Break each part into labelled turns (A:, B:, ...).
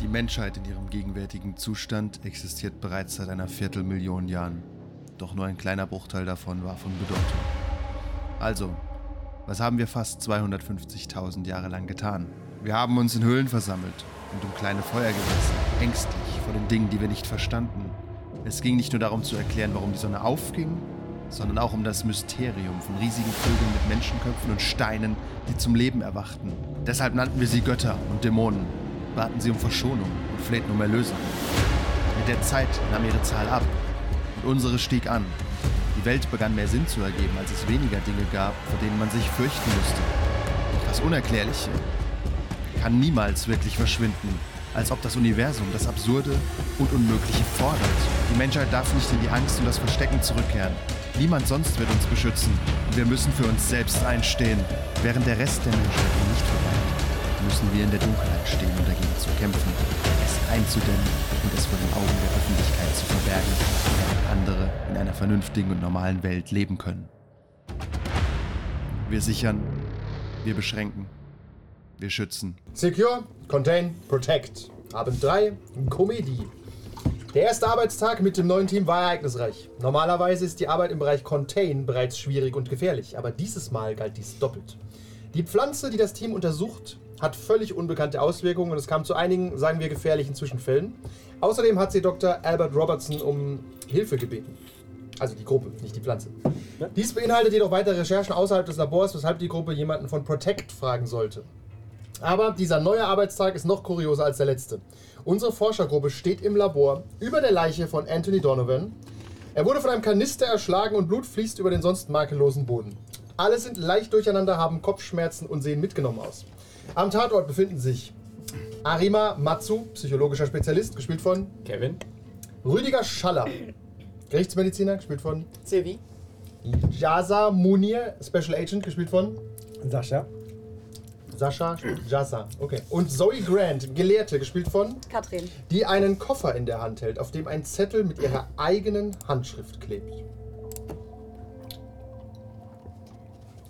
A: Die Menschheit in ihrem gegenwärtigen Zustand existiert bereits seit einer Viertelmillion Jahren. Doch nur ein kleiner Bruchteil davon war von Bedeutung. Also, was haben wir fast 250.000 Jahre lang getan? Wir haben uns in Höhlen versammelt und um kleine Feuer gesessen, ängstlich vor den Dingen, die wir nicht verstanden. Es ging nicht nur darum zu erklären, warum die Sonne aufging, sondern auch um das Mysterium von riesigen Vögeln mit Menschenköpfen und Steinen, die zum Leben erwachten. Deshalb nannten wir sie Götter und Dämonen, baten sie um Verschonung und flehten um Erlösung. Mit der Zeit nahm ihre Zahl ab und unsere stieg an. Die Welt begann mehr Sinn zu ergeben, als es weniger Dinge gab, vor denen man sich fürchten musste. Doch das Unerklärliche kann niemals wirklich verschwinden, als ob das Universum das Absurde und Unmögliche fordert. Die Menschheit darf nicht in die Angst und das Verstecken zurückkehren. Niemand sonst wird uns beschützen und wir müssen für uns selbst einstehen. Während der Rest der Menschheit noch nicht verweilt, müssen wir in der Dunkelheit stehen, um dagegen zu kämpfen, es einzudämmen und es vor den Augen der Öffentlichkeit zu verbergen, damit andere in einer vernünftigen und normalen Welt leben können. Wir sichern, wir beschränken, wir schützen.
B: Secure, Contain, Protect. Abend 3, Komödie. Der erste Arbeitstag mit dem neuen Team war ereignisreich. Normalerweise ist die Arbeit im Bereich Contain bereits schwierig und gefährlich, aber dieses Mal galt dies doppelt. Die Pflanze, die das Team untersucht, hat völlig unbekannte Auswirkungen und es kam zu einigen, sagen wir, gefährlichen Zwischenfällen. Außerdem hat sie Dr. Albert Robertson um Hilfe gebeten. Also die Gruppe, nicht die Pflanze. Dies beinhaltet jedoch weitere Recherchen außerhalb des Labors, weshalb die Gruppe jemanden von Protect fragen sollte. Aber dieser neue Arbeitstag ist noch kurioser als der letzte. Unsere Forschergruppe steht im Labor über der Leiche von Anthony Donovan. Er wurde von einem Kanister erschlagen und Blut fließt über den sonst makellosen Boden. Alle sind leicht durcheinander, haben Kopfschmerzen und sehen mitgenommen aus. Am Tatort befinden sich Arima Matsu, psychologischer Spezialist, gespielt von
C: Kevin?
B: Rüdiger Schaller, Gerichtsmediziner, gespielt von
D: Silvi.
B: Jasa Munir, Special Agent, gespielt von
E: Sascha.
B: Sascha Jasa. Okay. Und Zoe Grant, Gelehrte, gespielt von
D: Katrin.
B: die einen Koffer in der Hand hält, auf dem ein Zettel mit ihrer eigenen Handschrift klebt.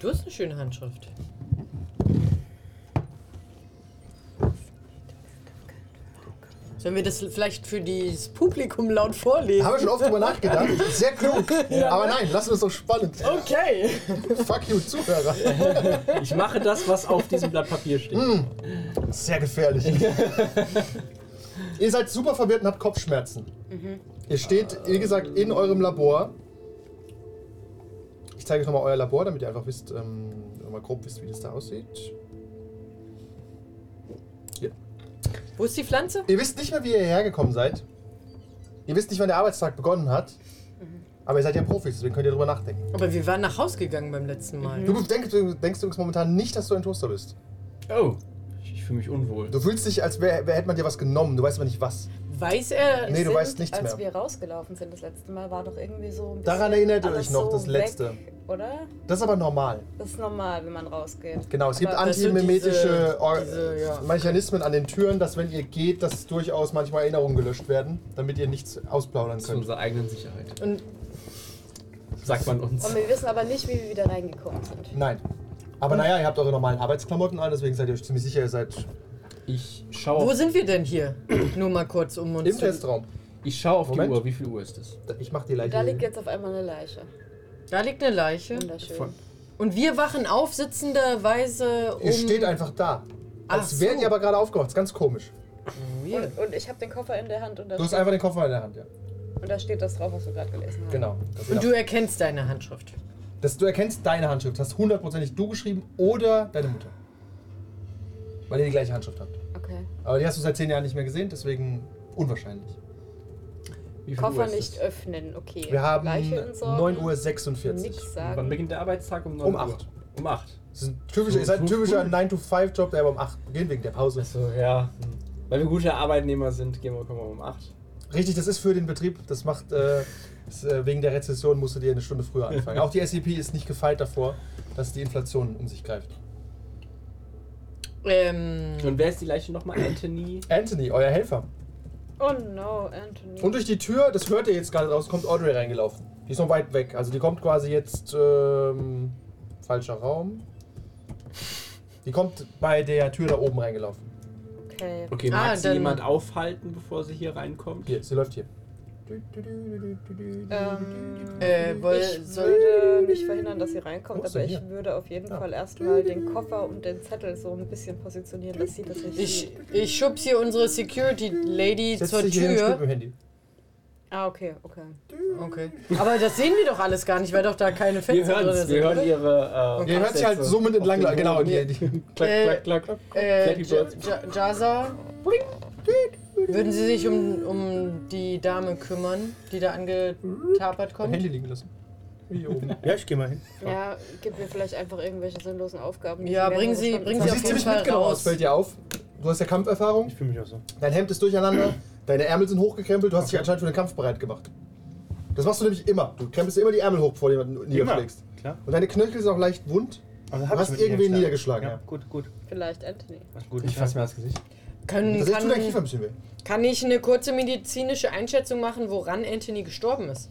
F: Du hast eine schöne Handschrift. Sollen wir das vielleicht für das Publikum laut vorlesen?
B: Haben wir schon oft drüber nachgedacht. Sehr klug. Aber nein, lass uns doch spannend.
F: Okay.
B: Fuck you, Zuhörer.
C: Ich mache das, was auf diesem Blatt Papier steht.
B: Hm. Sehr gefährlich. ihr seid super verwirrt und habt Kopfschmerzen. Ihr steht, wie gesagt, in eurem Labor. Ich zeige euch nochmal euer Labor, damit ihr einfach wisst, ähm, mal grob wisst, wie das da aussieht.
F: Wo ist die Pflanze?
B: Ihr wisst nicht mehr, wie ihr hierher gekommen seid. Ihr wisst nicht, wann der Arbeitstag begonnen hat. Aber ihr seid ja Profis, deswegen könnt ihr drüber nachdenken.
F: Aber wir waren nach Haus gegangen beim letzten Mal.
B: Du denkst, du denkst übrigens momentan nicht, dass du ein Toaster bist.
C: Oh, ich, ich fühle mich unwohl.
B: Du fühlst dich, als wär, wär, hätte man dir was genommen. Du weißt aber nicht was.
F: Weiß er?
B: Nee, du
D: Sind,
B: weißt nichts
D: als
B: mehr.
D: wir rausgelaufen sind das letzte Mal, war doch irgendwie so. Ein
B: Daran
D: bisschen
B: erinnert ihr
D: alles
B: euch noch,
D: so
B: das
D: weg,
B: letzte.
D: Oder?
B: Das ist aber normal.
D: Das ist normal, wenn man rausgeht.
B: Genau, es gibt
D: Aber
F: das sind
B: antimimetische
F: diese-
B: Or-
F: diese, ja.
B: Mechanismen an den Türen, dass wenn ihr geht, dass durchaus manchmal Erinnerungen gelöscht werden, damit ihr nichts ausplaudern
C: Zu
B: könnt.
C: unserer eigenen Sicherheit,
F: Und
C: sagt man uns.
D: Und wir wissen aber nicht, wie wir wieder reingekommen sind.
B: Nein. Aber naja, ihr habt eure normalen Arbeitsklamotten an, deswegen seid ihr euch ziemlich sicher, ihr seid
C: Ich schaue
F: wo
C: auf,
F: sind wir denn hier? Nur mal kurz um uns.
B: im
F: zu-
B: Testraum.
C: ich schaue auf die
B: Moment.
C: Uhr. Wie viel Uhr ist es?
B: Ich mach die Leiche.
D: Da liegt
B: hier.
D: jetzt auf einmal eine Leiche.
F: Da liegt eine Leiche.
D: Wunderschön.
C: Von-
F: Und wir wachen auf sitzenderweise um.
B: Ihr steht einfach da. Als
F: Ach
B: wärt
F: so.
B: ihr aber gerade aufgewacht. Ist ganz komisch.
D: Und, und ich habe den Koffer in der Hand und da,
B: Du hast
D: steht,
B: einfach den Koffer in der Hand, ja.
D: und da steht das drauf, was du gerade gelesen hast.
B: Genau. Das
F: Und du erkennst deine Handschrift.
B: Das, du erkennst deine Handschrift. Hast hundertprozentig du geschrieben oder deine Mutter. Weil ihr die gleiche Handschrift habt.
D: Okay.
B: Aber die hast du seit zehn Jahren nicht mehr gesehen, deswegen unwahrscheinlich.
C: Wie viel
D: Koffer
C: Uhr ist
D: nicht
F: äh,
C: es?
D: öffnen, okay.
B: Wir haben
D: Leiche entsorgen,
B: 9.46 Uhr.
D: Nix
C: Wann
D: sagen.
C: beginnt der Arbeitstag? Um 9
B: Um
C: Uhr.
B: acht.
C: Um 8.
B: Das ist ein typischer, ihr seid ein typischer 9-to-5-Job, der aber um 8 beginnt wegen der Pause.
C: Achso, ja. hm. Weil wir gute Arbeitnehmer sind, gehen wir, kommen wir um 8.
B: Richtig, das ist für den Betrieb. Das macht, äh, das, äh, wegen der Rezession musst du dir eine Stunde früher anfangen. Auch die SEP ist nicht gefeit davor, dass die Inflation um sich greift.
F: Ähm,
C: Und wer ist die Leiche nochmal? Anthony?
B: Anthony, euer Helfer.
D: Oh no, Anthony.
B: Und durch die Tür, das hört ihr jetzt gerade raus, kommt Audrey reingelaufen. Die ist noch weit weg. Also die kommt quasi jetzt. Ähm, falscher Raum. Die kommt bei der Tür da oben reingelaufen.
D: Okay.
C: Okay,
F: Ah,
C: mag sie
F: dann-
C: jemand aufhalten, bevor sie hier reinkommt?
B: Hier, sie läuft hier.
D: Ähm,
F: Äh, woll,
D: ich
F: soll,
D: würde nicht verhindern, dass sie reinkommt,
B: Wo ist
D: aber
B: denn
D: ich
B: hier?
D: würde auf jeden
B: Ah.
D: Fall erstmal den Koffer und den Zettel so ein bisschen positionieren, dass sie das nicht
F: ich,
D: sieht.
F: ich schubs hier unsere Security Lady
B: Setz
F: zur
B: dich hier hin, spiel mit
F: Tür.
B: dem Handy.
D: Ah, okay, okay.
F: Okay. Aber das sehen wir doch alles gar nicht, weil doch da keine
C: Wir
F: Fenster drin
C: hören,
F: sind.
C: wir hören
F: oder?
C: ihre. Äh,
B: Ihr hört sie halt
C: Absätze
B: summend
C: auf
B: entlang.
C: dem
B: Genau,
C: Boden.
B: die, die,
C: Klack,
F: Äh,
C: klack, klack, klack.
F: Äh,
C: Flappy Birds.
F: Ja- Ja- Jaza, würden Sie sich um, um die Dame kümmern, die da angetapert
B: mein
F: kommt?
B: Handy liegen lassen. Hier oben.
E: Ja, ich gehe mal hin.
D: Ja, gib mir vielleicht einfach irgendwelche sinnlosen Aufgaben. die
F: Ja,
D: ich
F: bringen
D: mehrere
F: Sie-
D: Stunden
F: bringen
B: Du
F: Sie
D: versuche.
F: auf
B: siehst ziemlich
F: jeden Fall
B: mitgenommen
F: raus.
B: aus, fällt dir auf. Du hast ja Kampferfahrung,
E: Ich fühle mich auch so.
B: dein Hemd ist durcheinander, deine Ärmel sind hochgekrempelt, du hast dich anscheinend für den Kampf bereit gemacht. Das machst du nämlich immer. Du krempelst dir immer die Ärmel hoch, bevor du jemanden niederschlägst.
E: Klar.
B: Und deine Knöchel sind auch leicht wund.
E: Also
B: Du hast irgendwen niedergeschlagen, ja.
E: Gut, gut.
D: Vielleicht Anthony.
E: Was gut.
C: Ich fasse mir das Gesicht.
F: Können,
B: Das ist zu dein Kiefer ein
F: kann,
B: bisschen weh.
F: kann ich eine kurze medizinische Einschätzung machen, woran Anthony gestorben ist?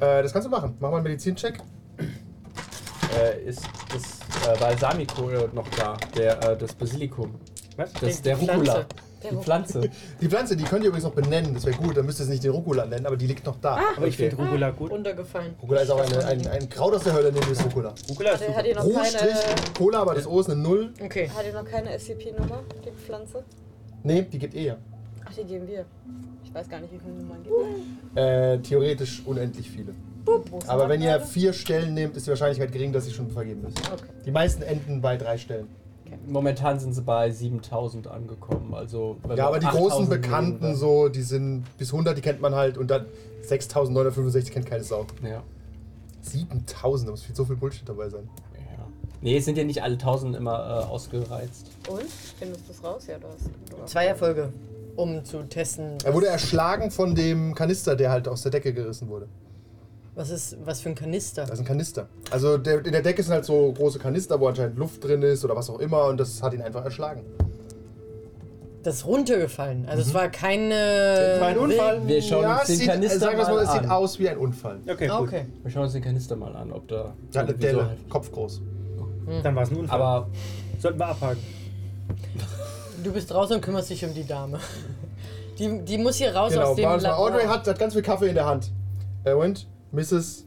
B: Äh, das kannst du machen. Mach mal einen Medizincheck.
C: Äh, ist das äh, Balsamico äh, noch da? Der, äh, das Basilikum.
E: Was?
C: Das,
F: Die
C: der
F: Pflanze.
C: Rucola.
D: Der
C: Die
D: Ru-
C: Pflanze.
B: Die Pflanze, die könnt ihr übrigens noch benennen, das wäre gut, dann müsst ihr es nicht den Rucola nennen, aber die liegt noch da.
D: Ah.
E: Aber ich finde Rucola gut.
F: Runtergefallen.
B: Rucola ist auch eine, ein, ein Kraut aus der Hölle, nämlich das Rucola.
E: Rucola ist
D: Der
E: super.
D: hat ihr noch
B: Pro Strich
D: keine,
B: Cola, aber das O ist eine Null.
F: Okay.
D: hat ihr noch keine SCP-Nummer, die Pflanze?
B: Nee, die gibt E, ihr.
D: Ach, die geben wir. Ich weiß gar nicht, wie viele Nummern gibt.
B: Äh, theoretisch unendlich viele. Aber wenn ihr vier Stellen nehmt, ist die Wahrscheinlichkeit gering, dass sie schon vergeben ist.
D: Okay.
B: Die meisten enden bei drei Stellen.
C: Momentan sind sie bei 7000 angekommen. Also, wenn wir
B: Ja, aber die
C: auf
B: großen
C: 8000 gehen,
B: Bekannten
C: dann-
B: so, die sind bis 100, die kennt man halt und dann 6965 kennt keine Sau.
C: Ja.
B: 7000, da muss viel so viel Bullshit dabei sein.
C: ja. Nee, es sind ja nicht alle 1000 immer äh, ausgereizt.
D: Und? Findest du es raus? Ja, du hast. Du hast
F: Zwei Erfolge, um zu testen,
B: Er wurde erschlagen von dem Kanister, der halt aus der Decke gerissen wurde.
F: was ist, was für ein Kanister.
B: Das ist ein Kanister. Also der, in der Decke sind halt so große Kanister, wo anscheinend Luft drin ist oder was auch immer und das hat ihn einfach erschlagen.
F: Das ist runtergefallen. Also es war keine...
B: War ein Mhm. Unfall.
C: Äh, wir schauen uns
B: es
C: den
B: sieht,
C: Kanister
B: sagen wir es mal,
C: mal
B: es
C: an.
B: sieht aus wie ein Unfall.
E: Okay,
F: Ah,
E: gut.
F: Okay.
C: Wir schauen uns den Kanister mal an, ob da.
B: Da hat eine
C: irgendwie so-
B: Delle, kopfgroß.
E: Dann war es ein Unfall.
C: Aber
E: sollten wir abhaken.
F: Du bist draußen und kümmerst dich um die Dame. Die, die muss hier raus
B: genau,
F: Also aus dem
B: war es mal.
F: Labor.
B: Audrey hat, hat ganz viel Kaffee in der Hand. Äh, und Mrs.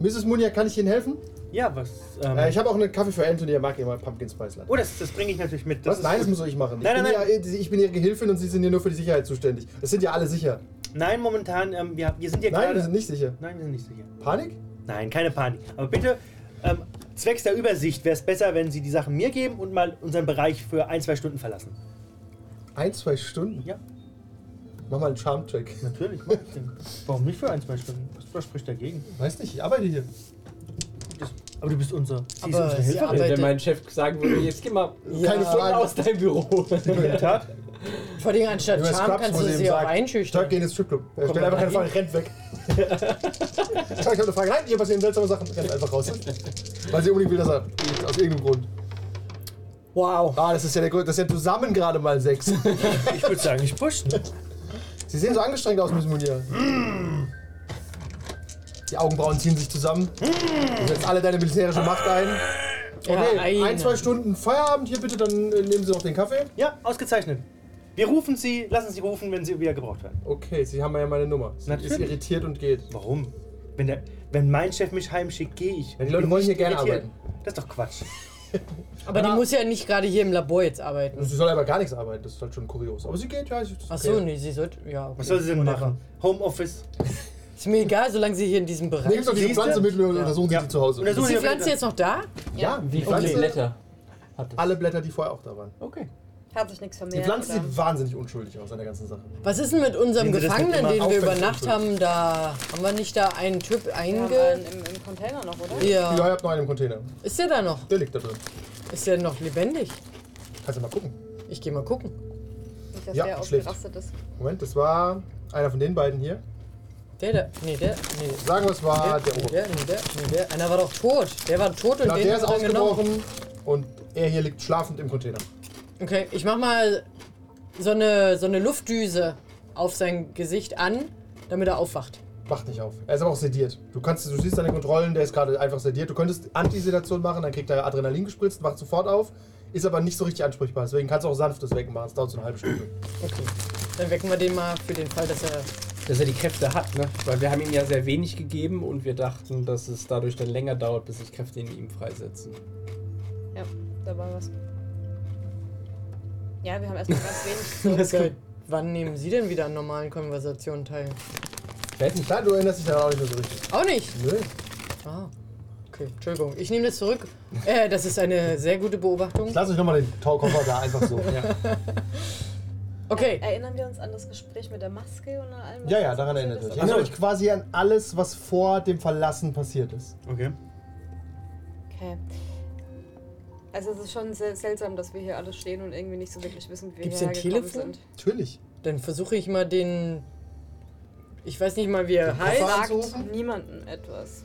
B: Mrs. Munja, kann ich Ihnen helfen?
E: Ja, was? Ähm,
B: Äh, ich habe auch einen Kaffee für Anthony, er mag immer Pumpkin Spice Latte.
E: oh, das, das bringe ich natürlich mit. Das
B: Was? Nein,
E: ist
B: das
E: gut.
B: muss ich machen. Ich,
E: Nein,
B: bin
E: nein,
B: Ja, eh- ich bin Ihre Gehilfin und Sie sind hier nur für die Sicherheit zuständig. Es sind ja alle sicher.
E: Nein, momentan, ähm, wir, wir sind ja
B: Nein,
E: gerade.
B: wir sind nicht sicher.
E: Nein, wir sind nicht sicher.
B: Panik?
E: Nein, keine Panik. Aber bitte, ähm, zwecks der Übersicht wäre es besser, wenn Sie die Sachen mir geben und mal unseren Bereich für ein, zwei Stunden verlassen.
B: Ein, zwei Stunden?
E: Ja.
B: Mach mal einen Charm-Check.
E: Natürlich, mach ich denn. Warum nicht für ein, zwei Stunden? Was, was spricht dagegen?
B: Weiß nicht, ich arbeite hier.
E: Das, aber du bist unser. Sie
F: Aber
E: ist unsere
F: sie
E: Hilfe.
F: arbeitet-
C: wenn mein Chef sagen würde, jetzt geh mal
B: Keine Frage.
C: aus deinem Büro.
E: Tat.
F: Vor allem anstatt
B: Über
F: Charme
B: Scrubs,
F: kannst
B: wo
F: du
B: sie
F: sie
B: ihm
F: auch
B: sagt,
F: einschüchtern.
B: Chuck geht ins Stripclub. Er
F: Komm
B: stellt
F: mal
B: einfach keine
F: rein.
B: Frage, rennt weg. Chuck, ich habe eine Frage. Nein, hier passieren seltsame Sachen. Rennt einfach raus. Weil sie unbedingt will, dass er. Aus irgendeinem Grund.
F: Wow.
B: Ah, das ist ja der Grund. Das ist ja zusammen gerade mal sechs.
E: Ich würde sagen, ich push. Ne?
B: Sie sehen so angestrengt aus, Miss Munir. Die Augenbrauen ziehen sich zusammen. Du setzt alle deine militärische Macht ein. Okay,
F: eine.
B: ein, zwei Stunden Feierabend hier bitte, dann äh, nehmen Sie noch den Kaffee.
E: Ja, ausgezeichnet. Wir rufen Sie, lassen Sie rufen, wenn Sie wieder gebraucht werden.
B: Okay, Sie haben ja meine Nummer. Sie ist
E: Natürlich.
B: irritiert und geht.
E: Warum? Wenn, der, wenn mein Chef mich heimschickt, gehe ich.
B: Ja, die Leute
E: Bin
B: wollen hier
E: nicht
B: gerne
E: irritiert.
B: arbeiten.
E: Das ist doch Quatsch.
F: Aber
B: genau.
F: die muss ja nicht gerade hier im Labor jetzt arbeiten.
B: Sie soll aber gar nichts arbeiten, das ist halt schon kurios. Aber sie geht, ja, sie ist
F: Ach so, nee, sie sollte. Ja,
E: Was
F: okay.
E: soll sie denn machen? Homeoffice.
F: Ist mir egal, solange sie hier in diesem Bereich
B: Nehmt
F: ist.
B: doch diese
E: Siehste?
B: Pflanze mit und
F: Ja.
B: untersuchen sie
E: Ja.
B: die zu Hause.
E: Untersuchen-
F: Ist die Pflanze jetzt noch da?
B: Ja, die
C: Wie viele
B: Pflanze,
C: Blätter hat das?
B: alle Blätter, die vorher auch da waren.
C: Okay.
D: Hat sich nichts
B: Die
D: vermehrt.
B: Pflanze
D: oder?
B: sieht wahnsinnig unschuldig aus an der ganzen Sache.
F: Was ist denn mit unserem
E: Sehen Sie, das
F: Gefangenen,
E: wird
F: den
E: immer
F: wir über
B: auffällig
F: Nacht
B: dunkel.
F: haben? Da haben wir nicht da einen Typ
D: Wir haben einen
F: einge.
D: im, im Container noch, oder?
B: Ja,
F: Ja.
B: ihr habt noch einen im Container.
F: Ist der da noch?
B: Der liegt da drin.
F: Ist der noch lebendig?
B: Kannst du mal gucken.
F: Ich gehe mal gucken.
D: Nicht, dass
B: Ja,
D: der
B: schlecht.
D: ausgerastet ist.
B: Moment, das war einer von den beiden hier.
F: Der da. Nee, der. Nee.
B: Sagen wir, es war der Ober.
F: Der, nee, der, nee, der. Einer war doch tot. Der war tot und
B: Genau,
F: den
B: der ist
F: haben wir genommen.
B: ausgebrochen und er hier liegt schlafend im Container.
F: Okay, ich mach mal so eine, so eine Luftdüse auf sein Gesicht an, damit er aufwacht.
B: Wacht nicht auf. Er ist aber auch sediert. Du kannst, du siehst seine Kontrollen, der ist gerade einfach sediert. Du könntest Antisedation machen, dann kriegt er Adrenalin gespritzt, wacht sofort auf. ist aber nicht so richtig ansprechbar. Deswegen kannst du auch sanftes wegmachen. Es dauert so eine halbe Stunde.
F: Okay. Dann wecken wir den mal für den Fall, dass er.
C: Dass er die Kräfte hat, ne? Weil wir haben ihm ja sehr wenig gegeben und wir dachten, dass es dadurch dann länger dauert, bis sich Kräfte in ihm freisetzen.
D: Ja, da war was. Ja, wir haben erstmal ganz wenig.
C: Das
F: Seit wann nehmen Sie denn wieder an normalen Konversationen teil?
B: Ich weiß nicht, klar, du erinnerst dich daran auch nicht mehr so richtig.
F: Auch nicht.
B: Nö.
F: Ah. Okay, Entschuldigung. Ich nehme das zurück. Äh, das ist eine sehr gute Beobachtung.
B: Ich lasse euch nochmal den Taukoffer da einfach so. ja.
F: Okay.
D: Erinnern wir uns an das Gespräch mit der Maske und an allem? was
B: ja, ja,
D: sonst
B: daran
D: passiert
B: erinnert euch.
D: ist?
B: Ich erinnere euch quasi an alles, was vor dem Verlassen passiert ist.
E: Okay.
D: Okay. Also es ist schon sehr seltsam, dass wir hier alle stehen und irgendwie nicht so wirklich wissen, wie wir
F: Gibt's
D: hierher
F: ein
D: gekommen
F: Telefon?
D: sind.
B: Natürlich.
F: Dann versuche ich mal den. Ich weiß nicht mal, wie er
B: Koffer
F: heißt.
B: anzurufen?
D: Sagt niemanden etwas.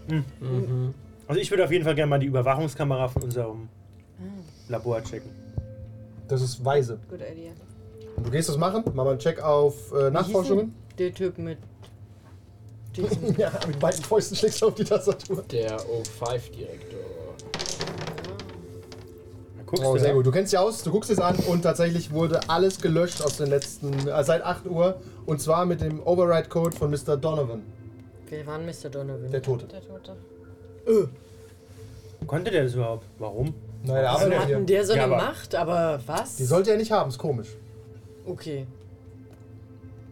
E: Also ich würde auf jeden Fall gerne mal die Überwachungskamera von unserem Labor checken.
B: Das ist weise.
D: Gute Idee.
B: Und du gehst das machen, mach mal einen Check auf äh, Nachforschungen.
F: Der Typ mit. Diesem.
B: Ja, mit beiden Fäusten schlägst du auf die Tastatur.
C: Der O5-Direktor.
E: Na, guckst
B: Oh,
E: du,
B: sehr
E: ja?
B: gut. Du kennst dich aus, du guckst es an und tatsächlich wurde alles gelöscht aus den letzten, äh, seit 8 Uhr. Und zwar mit dem Override-Code von Mr. Donovan,
F: Wer war denn Mr.
B: der
F: Donovan?
B: Tote.
D: Der Tote.
E: Konnte der das überhaupt? Warum?
B: Nein, der
F: Also
B: arbeitet
F: hatten
B: hier.
F: der so
E: Ja,
F: eine
E: aber-
F: Macht, aber was?
B: Die sollte er nicht haben, ist komisch.
F: okay.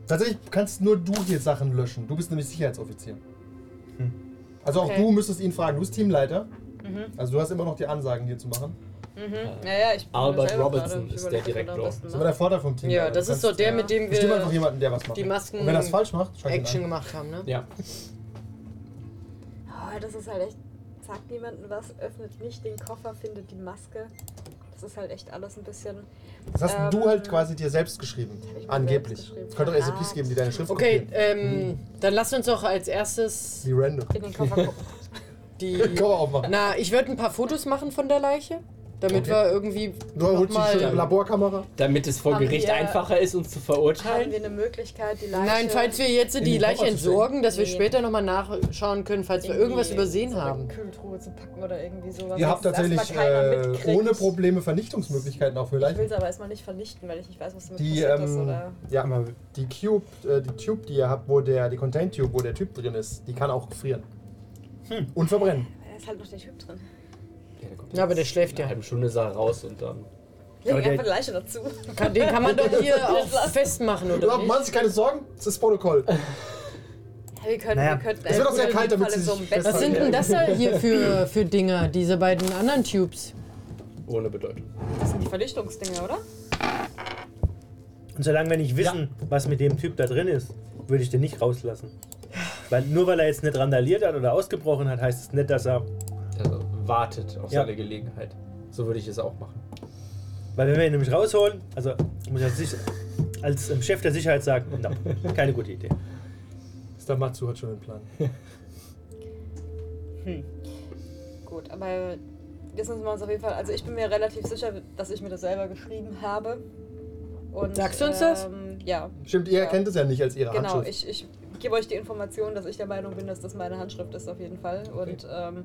B: Tatsächlich kannst nur du hier Sachen löschen. Du bist nämlich Sicherheitsoffizier. Also auch
D: Okay.
B: du müsstest ihn fragen. Du bist Teamleiter.
F: Mhm.
B: Also du hast immer noch die Ansagen hier zu machen.
D: Mhm. Naja, ich bin
C: Albert
D: mir selber
C: Robinson
D: gerade, ich
C: ist
D: überleg,
C: der
D: was man da am
C: Direktor.
D: besten
B: Das war der
D: macht.
B: Vorteil vom Teamleiter.
F: Ja, das
B: Du
F: ist so der,
D: Ja.
F: mit dem
B: Bestimmt einfach
F: wir
B: jemanden, der was macht.
F: die Masken-
B: Und wenn er das falsch macht, schau
F: Action
B: ihn an.
F: gemacht haben, ne?
C: Ja.
D: Oh, das ist halt echt. Sagt niemandem was, öffnet nicht den Koffer, findet die Maske. Das ist halt echt alles ein bisschen.
B: Das hast
D: Ähm,
B: du halt quasi dir selbst geschrieben.
D: hab ich mir
B: Angeblich.
D: selbst geschrieben.
B: Es könnte doch SAPs geben, die deine Schrift
F: Ah. Okay,
B: kopieren.
F: ähm, dann lass uns doch als erstes
B: Die random.
D: In den Koffer gucken.
F: die.
B: Können wir aufmachen.
F: Na, ich würde ein paar Fotos machen von der Leiche, damit
B: Okay.
F: wir irgendwie
B: Du holst
F: nochmal-
B: die Laborkamera.
C: Damit es vor
D: Haben
C: Gericht
D: wir-
C: einfacher ist, uns zu
D: Haben wir
C: verurteilen.
D: eine Möglichkeit, die Leiche.
F: Nein, falls wir jetzt die
B: den
F: Leiche
B: Koffer zu stecken.
F: entsorgen, dass wir
D: Nee.
F: später nochmal nachschauen können, falls wir
D: irgendwie
F: irgendwas übersehen
D: so in
F: haben.
D: die Kühltruhe zu packen oder irgendwie sowas.
B: Ihr habt
D: dass erstmal
B: tatsächlich
D: keiner
B: äh,
D: mitkriegt.
B: ohne Probleme Vernichtungsmöglichkeiten auch für
D: Ich will
B: Leichen.
D: es aber erstmal nicht vernichten, weil ich nicht weiß, was damit
B: Die,
D: passiert ist.
B: ähm,
D: Oder
B: ja, die Cube, äh, die Tube, die ihr habt, wo der, die Contain Tube, wo der Typ drin ist, die kann auch frieren.
E: Hm.
B: Und verbrennen.
D: da ist halt noch der Typ drin.
C: Ja, der kommt
F: Ja, aber der
C: jetzt.
F: schläft
C: In einer
F: ja.
C: halben Stunde sah er raus und dann.
D: Leg
E: Aber der-
D: einfach eine Leiche dazu.
F: Kann, den kann man doch hier auch festmachen,
B: Du
F: oder
B: machst
F: nicht?
B: sich keine Sorgen, das ist Protokoll.
D: Ja, wir können,
E: Naja,
D: wir könnten
B: es wird auch sehr kalt, damit sie
D: in so
B: sich
D: einem Bett
F: Was sind denn das da hier für, für Dinger, diese beiden anderen Tubes?
C: Ohne Bedeutung.
D: Das sind die Vernichtungsdinger, oder?
E: Und solange wir nicht wissen, was mit dem Typ da drin ist, würde ich den nicht rauslassen. Weil nur weil er jetzt nicht randaliert hat oder ausgebrochen hat, heißt es nicht, dass er.
C: Also wartet auf
E: Ja.
C: seine Gelegenheit. So würde ich es auch machen.
E: Weil wenn wir ihn nämlich rausholen, also muss ich als, Sich- als ähm, Chef der Sicherheit sagen, na, keine gute Idee.
B: Mr. Matsu hat schon einen Plan.
D: Gut, aber jetzt müssen wir uns auf jeden Fall. Also, ich bin mir relativ sicher, dass ich mir das selber geschrieben habe. Und,
F: Sagst du uns das?
D: Ähm, ja,
B: Stimmt, ihr
D: Ja.
B: erkennt es ja nicht als ihre
D: genau.
B: Handschrift.
D: Ich, ich gebe euch die Information, dass ich der Meinung bin, dass das meine Handschrift ist, auf jeden Fall. Und ähm,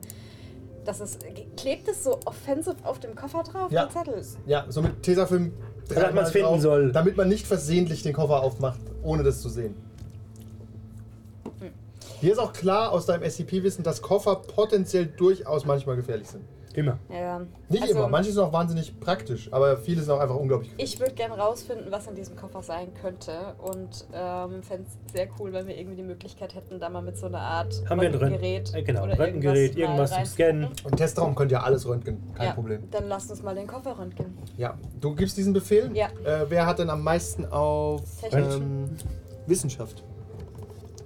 D: das ist. Klebt es so offensiv auf dem Koffer drauf,
B: Ja.
D: der Zettel?
B: Ja, so mit Tesafilm. dreimal
E: man's finden
B: drauf,
E: soll.
B: Damit man nicht versehentlich den Koffer aufmacht, ohne das zu sehen.
D: Hm.
B: Dir ist auch klar aus deinem SCP-Wissen, dass Koffer potenziell durchaus manchmal gefährlich sind.
E: Immer.
D: Ja.
B: Nicht
D: Also-
B: immer, manche sind auch wahnsinnig praktisch, aber viele sind auch einfach unglaublich gefährlich.
D: Ich würde gerne rausfinden, was in diesem Koffer sein könnte und ähm, fände es sehr cool, wenn wir irgendwie die Möglichkeit hätten, da mal mit so einer Art
E: Haben wir ein Röntgen-
D: Gerät
E: äh, genau,
D: oder
E: Röntgengerät, irgendwas
D: mal
E: zum Scannen.
D: reinzugucken.
B: Im Testraum könnt ihr alles röntgen, kein
D: ja,
B: Problem.
D: Dann lasst uns mal den Koffer röntgen.
B: Ja, du gibst diesen Befehl.
D: Ja.
B: Äh, wer hat denn am meisten auf
D: Technisch.
B: ähm, Wissenschaft?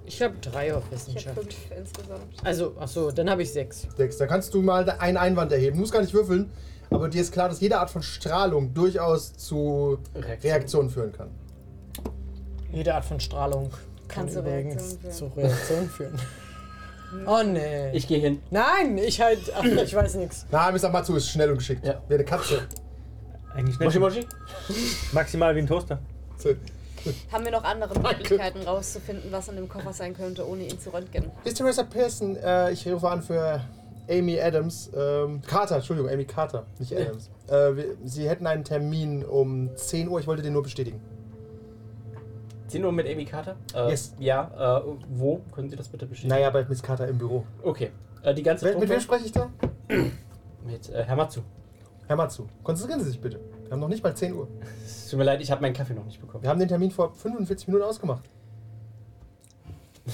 F: Ich habe drei auf
D: Ich habe
F: Wissenschaft.
D: fünf insgesamt.
F: Also, ach so, dann habe ich sechs.
B: Dex, da kannst du mal einen Einwand erheben. Du musst gar nicht würfeln, aber dir ist klar, dass jede Art von Strahlung durchaus zu
C: Reaktion.
B: Reaktionen führen kann.
F: Jede Art von Strahlung kann
D: Kann zu
F: übrigens
D: Reaktionen
F: zu Reaktionen führen.
D: Hm.
F: Oh nee.
C: Ich gehe hin.
F: Nein, ich halt. Ach, ich weiß nichts.
B: Na, Mr. Matsu ist schnell und geschickt.
C: Ja.
B: Wie eine Katze.
E: Eigentlich
C: Moshi
E: nicht.
C: Moshi?
E: Maximal wie ein Toaster.
D: Haben wir noch andere Möglichkeiten rauszufinden, was in dem Koffer sein könnte, ohne ihn zu röntgen?
B: Mr. Mr. Pearson, äh, ich rufe an für Amy Adams. Ähm, Carter, Entschuldigung, Amy Carter, nicht Adams. Äh, wir, Sie hätten einen Termin um 10 Uhr. Ich wollte den nur bestätigen.
C: 10 Uhr mit Amy Carter? Äh,
B: Yes.
C: Ja, äh, wo? Können Sie das bitte bestätigen?
B: Naja, bei Miss Carter im Büro.
C: Okay. Äh, die ganze
B: Wer, mit wem
C: Truppe
B: spreche ich da?
C: mit äh, Hermatsu.
B: Herr Matsu, konzentrieren Sie sich bitte. Wir haben noch nicht mal 10 Uhr.
C: Es tut mir leid, ich habe meinen Kaffee noch nicht bekommen.
B: Wir haben den Termin vor 45 Minuten ausgemacht.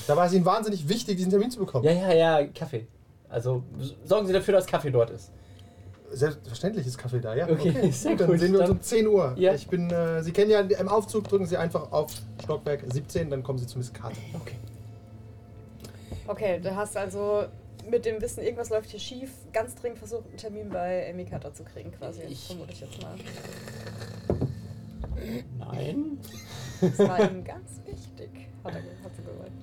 B: Da war es Ihnen wahnsinnig wichtig, diesen Termin zu bekommen.
C: Ja, ja, ja, Kaffee. Also s- sorgen Sie dafür, dass Kaffee dort ist.
B: Selbstverständlich ist Kaffee da, ja.
C: Okay, sehr
B: Gut, dann
C: gut,
B: sehen wir uns
C: dann-
B: um 10 Uhr.
C: Ja.
B: Ich bin, äh, Sie kennen ja im Aufzug, drücken Sie einfach auf Stockwerk 17, dann kommen Sie zu Miss Carter.
C: Okay.
D: Okay, du hast also mit dem Wissen, irgendwas läuft hier schief, ganz dringend versucht, einen Termin bei Amy Carter zu kriegen, quasi.
C: Ich-
D: Vermute ich jetzt mal.
C: Nein.
D: Das war ihm ganz wichtig, hat, er, ge- hat sie gemeint.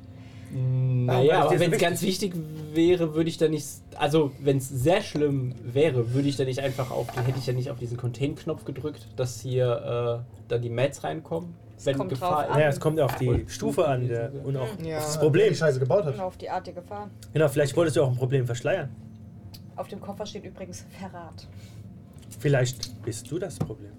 E: Warum war
C: Naja,
E: das
C: aber
E: dir so
C: wenn es
E: wichtig?
C: ganz wichtig wäre, würde ich da nicht. Also, wenn es sehr schlimm wäre, würde ich da nicht einfach auf. Hätte ich ja nicht auf diesen Contain-Knopf gedrückt, dass hier äh, dann die Mats reinkommen. Wenn
D: kommt
C: Gefahr
D: drauf an.
E: Naja, es kommt auf die
C: Und-
E: Stufe an der, und auch
F: Ja.
E: auf das
B: Wer
E: Problem.
B: Äh, die Scheiße gebaut
D: Und
B: hat.
D: auf die Art der Gefahr.
E: Genau, vielleicht wolltest du auch ein Problem verschleiern.
D: Auf dem Koffer steht übrigens Verrat.
E: Vielleicht bist du das Problem.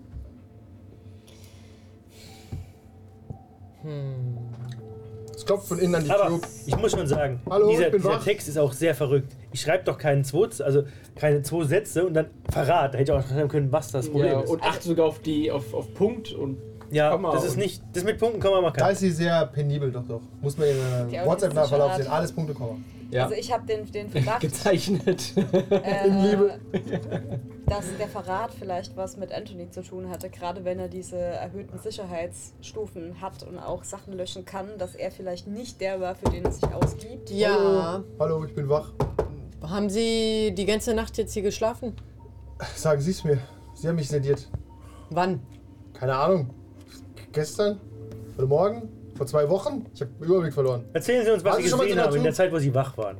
B: Es klopft von innen an die Tür.
E: Aber ich muss schon sagen,
B: Hallo,
E: dieser,
B: ich bin
E: dieser
B: wach.
E: Text ist auch sehr verrückt. Ich schreibe doch keinen zwei, also keine zwei Sätze und dann Verrat. Da hätte ich auch schreiben können, was das Problem
C: Ja,
E: ist.
C: und achte sogar auf die auf, auf Punkt und
E: ja,
C: Komma
E: das ist
C: und-
E: nicht. Das mit Punkten kann man machen.
B: Da ist sie sehr penibel, doch, doch. Muss man in
D: Die
B: äh,
D: Augen
B: WhatsApp
D: sind
B: nachverlauf
D: schade.
B: sehen. Alles Punkte kommen.
C: ja,
D: Also ich habe den, den Verdacht,
C: gezeichnet.
D: äh,
B: Liebe.
D: dass der Verrat vielleicht was mit Anthony zu tun hatte, gerade wenn er diese erhöhten Sicherheitsstufen hat und auch Sachen löschen kann, dass er vielleicht nicht der war, für den es sich ausgibt. Also
F: Ja.
B: Hallo, hallo, ich bin wach.
F: Haben Sie die ganze Nacht jetzt hier geschlafen?
B: Sagen Sie es mir. Sie haben mich sediert.
F: Wann?
B: Keine Ahnung. Gestern? Heute Morgen? Vor zwei Wochen? Ich habe Überblick verloren.
E: Erzählen Sie uns, was
B: Hast
E: Sie
B: du schon mal
E: gesehen
B: so
E: haben in der
B: dazu?
E: Zeit, wo Sie wach waren.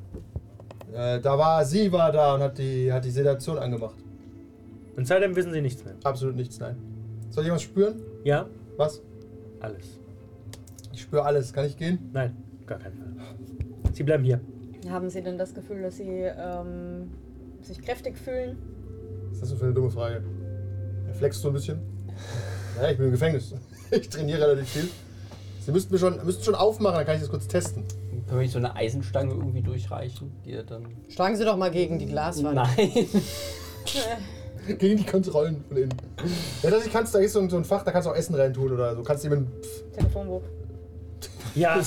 B: Äh, da war, sie war da und hat die, hat die Sedation angemacht.
E: Und seitdem wissen Sie nichts mehr.
B: Absolut nichts, nein. Soll ich was spüren?
E: Ja?
B: Was?
E: Alles.
B: Ich spüre alles. Kann ich gehen?
E: Nein, gar kein Fall. Sie bleiben hier.
D: Haben Sie denn das Gefühl, dass Sie ähm, sich kräftig fühlen?
B: Was ist das denn für eine dumme Frage? Reflex so ein bisschen? Ja, ich bin im Gefängnis. Ich trainiere relativ viel. Sie müssten mir schon, müssten schon aufmachen, dann kann ich das kurz testen.
C: Können wir nicht so eine Eisenstange irgendwie durchreichen, die er dann.
F: Schlagen Sie doch mal gegen die Glaswand.
C: Nein.
B: Gegen die Kontrollen von innen. Ja, das ich kannst, da ist so ein, so ein Fach, da kannst du auch Essen reintun oder so. Kannst jemanden.
D: Telefonbuch.
E: Ja,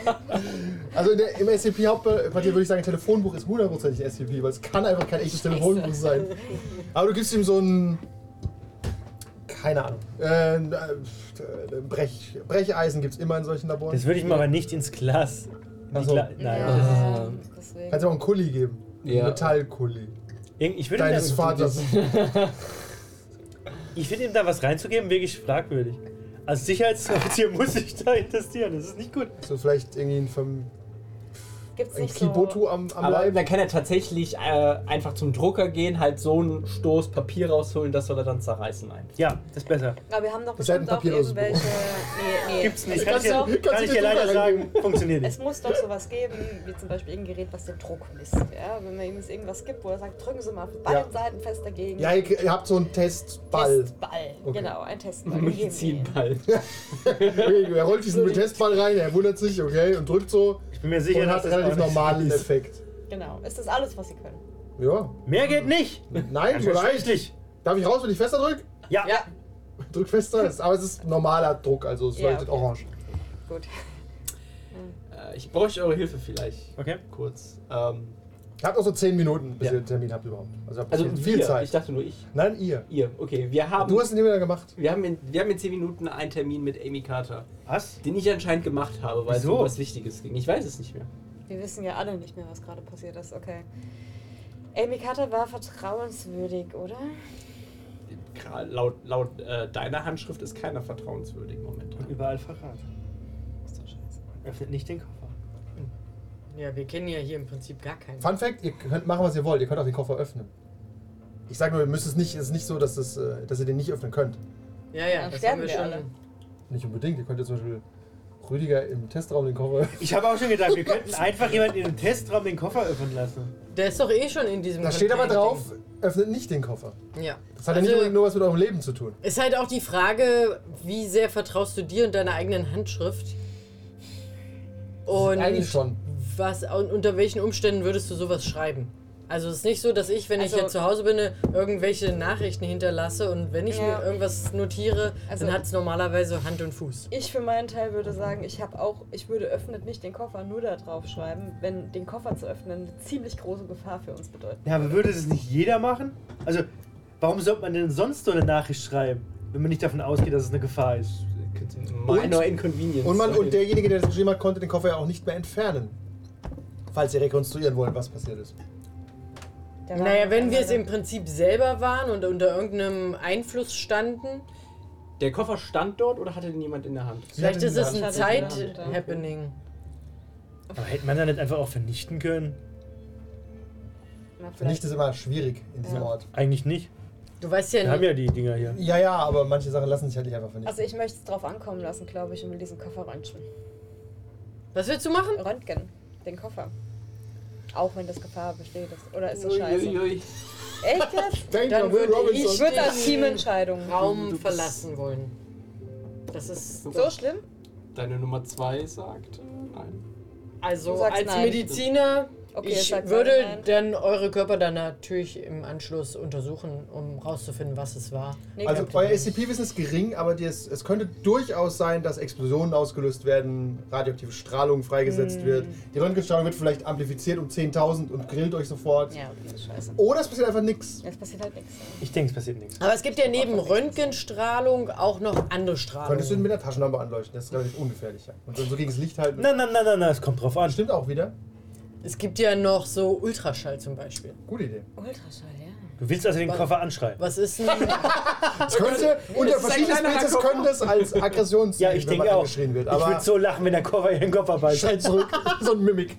B: Also in der, im SCP-Hauptquartier würde ich sagen, Telefonbuch ist hundertprozentig SCP, weil es kann einfach kein echtes Telefonbuch sein. Aber du gibst ihm so ein. Keine Ahnung. Äh, ein, äh, ein Brech, Brecheisen gibt es immer in solchen Laboren.
E: das würde ich mir aber nicht ins Glas.
B: Ach
E: die
B: so.
E: Gla- Nein.
D: Ja,
C: Ähm,
D: deswegen.
B: Kannst du auch einen Kulli geben.
C: Ja.
B: Einen Metallkulli.
E: Irgend- Ich würde ihm,
B: Deines
E: da-
B: Vaters.
E: ich finde ihm da was reinzugeben, wirklich fragwürdig. Als Sicherheitsoffizier muss ich da investieren. Das ist nicht gut.
B: So vielleicht irgendwie ein, Verm-
D: Gibt's
B: ein
D: nicht so.
B: Kibotu am, am
C: Aber
B: Leib.
C: dann kann er tatsächlich äh, einfach zum Drucker gehen, halt so einen Stoß Papier rausholen, das soll er dann zerreißen ein.
E: Ja, das ist besser.
D: Aber wir haben doch
B: Ist halt ein
D: bestimmt auch
B: papierloses Buch.
D: irgendwelche. Nee, nee.
E: Gibt's nicht.
D: Es
E: Kann ich
D: muss doch-
E: dir, kann ich dir leider sagen, funktioniert
D: Es
E: nicht.
D: muss doch sowas geben, wie zum Beispiel irgendein Gerät, was den Druck misst. Ja? Wenn man ihm jetzt irgendwas gibt, wo er sagt, drücken Sie mal auf
B: Ja.
D: beiden Seiten fest dagegen.
B: Ja, ihr, ihr habt so einen Testball.
D: Testball.
B: Okay.
D: Genau, ein Testball.
C: Medizinball.
B: Okay, er rollt diesen Testball rein, er wundert sich, okay, und drückt so.
E: Ich bin mir sicher,
B: Und hat
E: das
B: einen relativ
E: auch nicht
B: normalen
E: ist.
B: Effekt.
D: Genau. Ist das alles, was Sie können?
B: Ja.
E: Mehr geht nicht.
B: Nein, so leicht.
E: Tatsächlich.
B: Darf ich raus, wenn ich fester drück?
E: Ja.
D: Ja.
B: Drück fester, es- aber es ist normaler Druck, also es
D: Ja,
B: leuchtet
D: okay.
B: orange.
D: Gut.
C: Äh, ich bräuchte eure Hilfe vielleicht.
E: Okay.
C: Kurz. Ähm,
B: Ihr habt auch so 10 Minuten, bis
C: Ja.
B: ihr den Termin habt überhaupt. Also, ihr habt
C: also
B: viel,
C: wir,
B: viel
C: Ich
B: Zeit.
C: dachte nur ich.
B: Nein, ihr.
C: Ihr. Okay, wir haben.
B: Du hast ihn immer wieder gemacht.
C: wir haben, in, wir haben in 10 Minuten einen Termin mit Amy Carter,
E: Was?
C: den ich anscheinend gemacht habe, weil es
E: Wieso?
C: um was Wichtiges ging. Ich weiß es nicht mehr.
D: Wir wissen ja alle nicht mehr, was gerade passiert ist. Okay. Amy Carter war vertrauenswürdig, oder?
C: Gra- Laut, laut äh, deiner Handschrift ist keiner vertrauenswürdig momentan.
E: Überall Verrat.
D: Ist doch scheiße.
E: Öffnet nicht den Koffer.
F: Ja, wir kennen ja hier im Prinzip gar keinen.
B: Fun Fact: Ihr könnt machen, was ihr wollt. Ihr könnt auch den Koffer öffnen. Ich sag nur, ihr müsst es nicht, es ist nicht so, dass, es, äh, dass ihr den nicht öffnen könnt.
F: Ja, ja,
D: Dann
F: das
D: sterben
F: haben wir
D: wir
F: schon.
D: alle.
B: Nicht unbedingt. Ihr könnt jetzt zum Beispiel Rüdiger im Testraum den Koffer.
E: Ich habe auch schon gedacht, wir könnten einfach jemanden in den Testraum den Koffer öffnen lassen.
F: Der ist doch eh schon in diesem
B: Da steht aber
F: Container.
B: drauf, öffnet nicht den Koffer.
F: Ja. Also,
B: Das
C: Also
B: hat ja nicht unbedingt nur was mit eurem Leben zu tun.
F: Ist halt auch die Frage, wie sehr vertraust du dir und deiner eigenen Handschrift? Und
B: Eigentlich schon.
F: was und unter welchen Umständen würdest du sowas schreiben? Also es ist nicht so, dass ich, wenn
D: Also-
F: ich jetzt zu Hause bin, irgendwelche Nachrichten hinterlasse und wenn ich
D: Ja.
F: mir irgendwas notiere,
D: Also-
F: dann hat es normalerweise Hand und Fuß.
D: Ich für meinen Teil würde sagen, ich habe auch, ich würde öffnet nicht den Koffer nur da drauf schreiben, wenn den Koffer zu öffnen eine ziemlich große Gefahr für uns bedeutet.
E: Ja, aber würde das nicht jeder machen? Also, warum sollte man denn sonst so eine Nachricht schreiben, wenn man nicht davon ausgeht, dass es eine Gefahr ist?
C: Minor Inconvenience.
B: Und, man,
C: Okay.
B: und derjenige, der das geschrieben hat, konnte den Koffer ja auch nicht mehr entfernen. Falls ihr rekonstruieren wollt, was passiert ist.
D: Da war
F: Naja,
D: noch
F: wenn wir
D: einer
F: es im Prinzip selber waren und unter irgendeinem Einfluss standen,
C: Der Koffer stand dort oder hatte den jemand in der Hand?
F: vielleicht ist es ein
D: Hand. Hat er in der Hand, ja.
F: Zeit-Happening.
E: Aber hätte man da nicht einfach auch vernichten können?
D: Na, vielleicht-
B: Vernicht ist immer schwierig in diesem
D: Ja.
B: Ort.
E: Eigentlich nicht.
F: Du weißt ja
B: Also
E: Wir haben
F: nicht.
E: ja die Dinger hier.
B: Ja, ja, aber manche Sachen lassen sich halt nicht einfach vernichten.
D: Also ich möchte es drauf ankommen lassen, glaube ich, und will diesen Koffer röntgen.
F: Was willst du machen?
D: Röntgen, den Koffer. Auch wenn das Gefahr besteht. das- Oder ist das scheiße?
C: Uiuiui.
D: Echt jetzt?
B: Denk
F: Dann
B: an
F: würde
B: Will
F: ich-
D: Ich würde als Teamentscheidung.
C: Du
F: Raum
C: bist-
F: verlassen wollen. Das ist
D: So schlimm?
C: Deine Nummer 2 sagt äh, nein.
F: also
D: Du sagst
F: als
D: nein.
F: Mediziner.
D: Okay, ich
F: ich
D: sag
F: würde
D: nein.
F: dann eure Körper dann natürlich im Anschluss untersuchen, um rauszufinden, was es war.
D: Nee,
B: Also
D: glaub ich
B: euer
D: nicht.
B: SCP-Wissen ist gering, aber die ist, es könnte durchaus sein, dass Explosionen ausgelöst werden, radioaktive Strahlung freigesetzt
D: Hm.
B: wird. Die Röntgenstrahlung wird vielleicht amplifiziert um 10.000 und grillt euch sofort.
D: Ja, okay, ist scheiße.
B: Oder es passiert einfach nichts.
D: Jetzt passiert halt nichts.
E: Ich denke, es passiert nichts.
F: Aber es gibt ja neben Röntgenstrahlung auch noch andere Strahlungen.
B: Könntest du ihn mit einer Taschenlampe anleuchten, das ist relativ ungefährlich. Ja. Und dann so gegen das Licht halten.
E: Na, na, na, na, na, es kommt drauf an.
B: Stimmt auch wieder.
F: es gibt ja noch so Ultraschall zum Beispiel.
B: Gute Idee.
D: Ultraschall, ja.
E: Du willst also den Koffer anschreien.
F: Was ist denn.
B: Es könnte, unter
C: ist ein
B: verschiedenen
C: kleiner
B: Spezies
C: Herr
B: können das als Aggressions
E: Ja, ich
B: wenn
E: denke
B: man
E: auch.
B: angeschrien wird.
E: ich
B: Aber
E: würde so lachen, wenn der Koffer ihren Kopf beißt.
B: schalt zurück, so ein Mimik.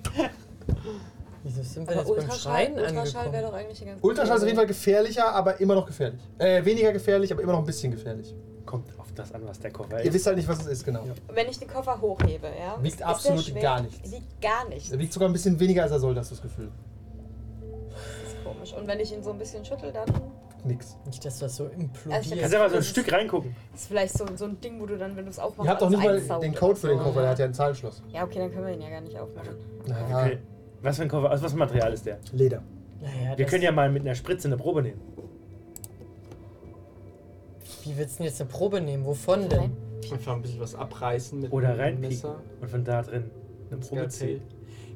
F: Wieso sind wir
D: Aber
F: Also jetzt beim
D: Ultraschall,
F: Schreien
D: Ultraschall wäre
F: angekommen?
D: doch eigentlich eine ganz gute
B: Ultraschall ist auf
D: Idee.
B: jeden Fall gefährlicher, aber immer noch gefährlich. Äh, weniger gefährlich, aber immer noch ein bisschen gefährlich.
E: Kommt auf das an, was der Koffer
B: Ihr
E: ist.
B: wisst halt nicht, was es ist, genau.
D: Wenn ich den Koffer hochhebe, ja.
B: Wiegt
D: ist der
B: absolut
D: schwer?
B: gar nichts.
D: Wiegt gar nichts.
B: Er wiegt sogar ein bisschen weniger als er soll, hast du das Gefühl.
D: Das ist komisch. Und wenn ich ihn so ein bisschen schüttel, dann
B: Nix.
F: Nicht, dass das so
D: Also ich
F: implodiert.
D: hab-
E: Kannst einfach so ein Stück reingucken.
D: ist vielleicht so, so ein Ding, wo du dann, wenn du es aufmachst,
B: Ihr habt doch nicht
D: alles
B: mal
D: einsaugst
B: den Code für den
D: oder so.
B: Koffer, der hat ja ein Zahlenschloss.
D: Ja, okay, dann können wir ihn ja gar nicht aufmachen.
B: Naja,
E: Okay. Was für ein Koffer, aus was für ein Material ist der?
B: Leder.
F: naja,
E: Wir
F: das-
E: können ja mal mit einer Spritze eine Probe nehmen.
F: Wie willst du denn jetzt eine Probe nehmen? Wovon denn?
C: Einfach ein bisschen was abreißen mit
E: Oder
C: einem
E: reinpieken.
C: Messer.
E: Und von da drin eine Probe
C: Skalpell.
E: ziehen.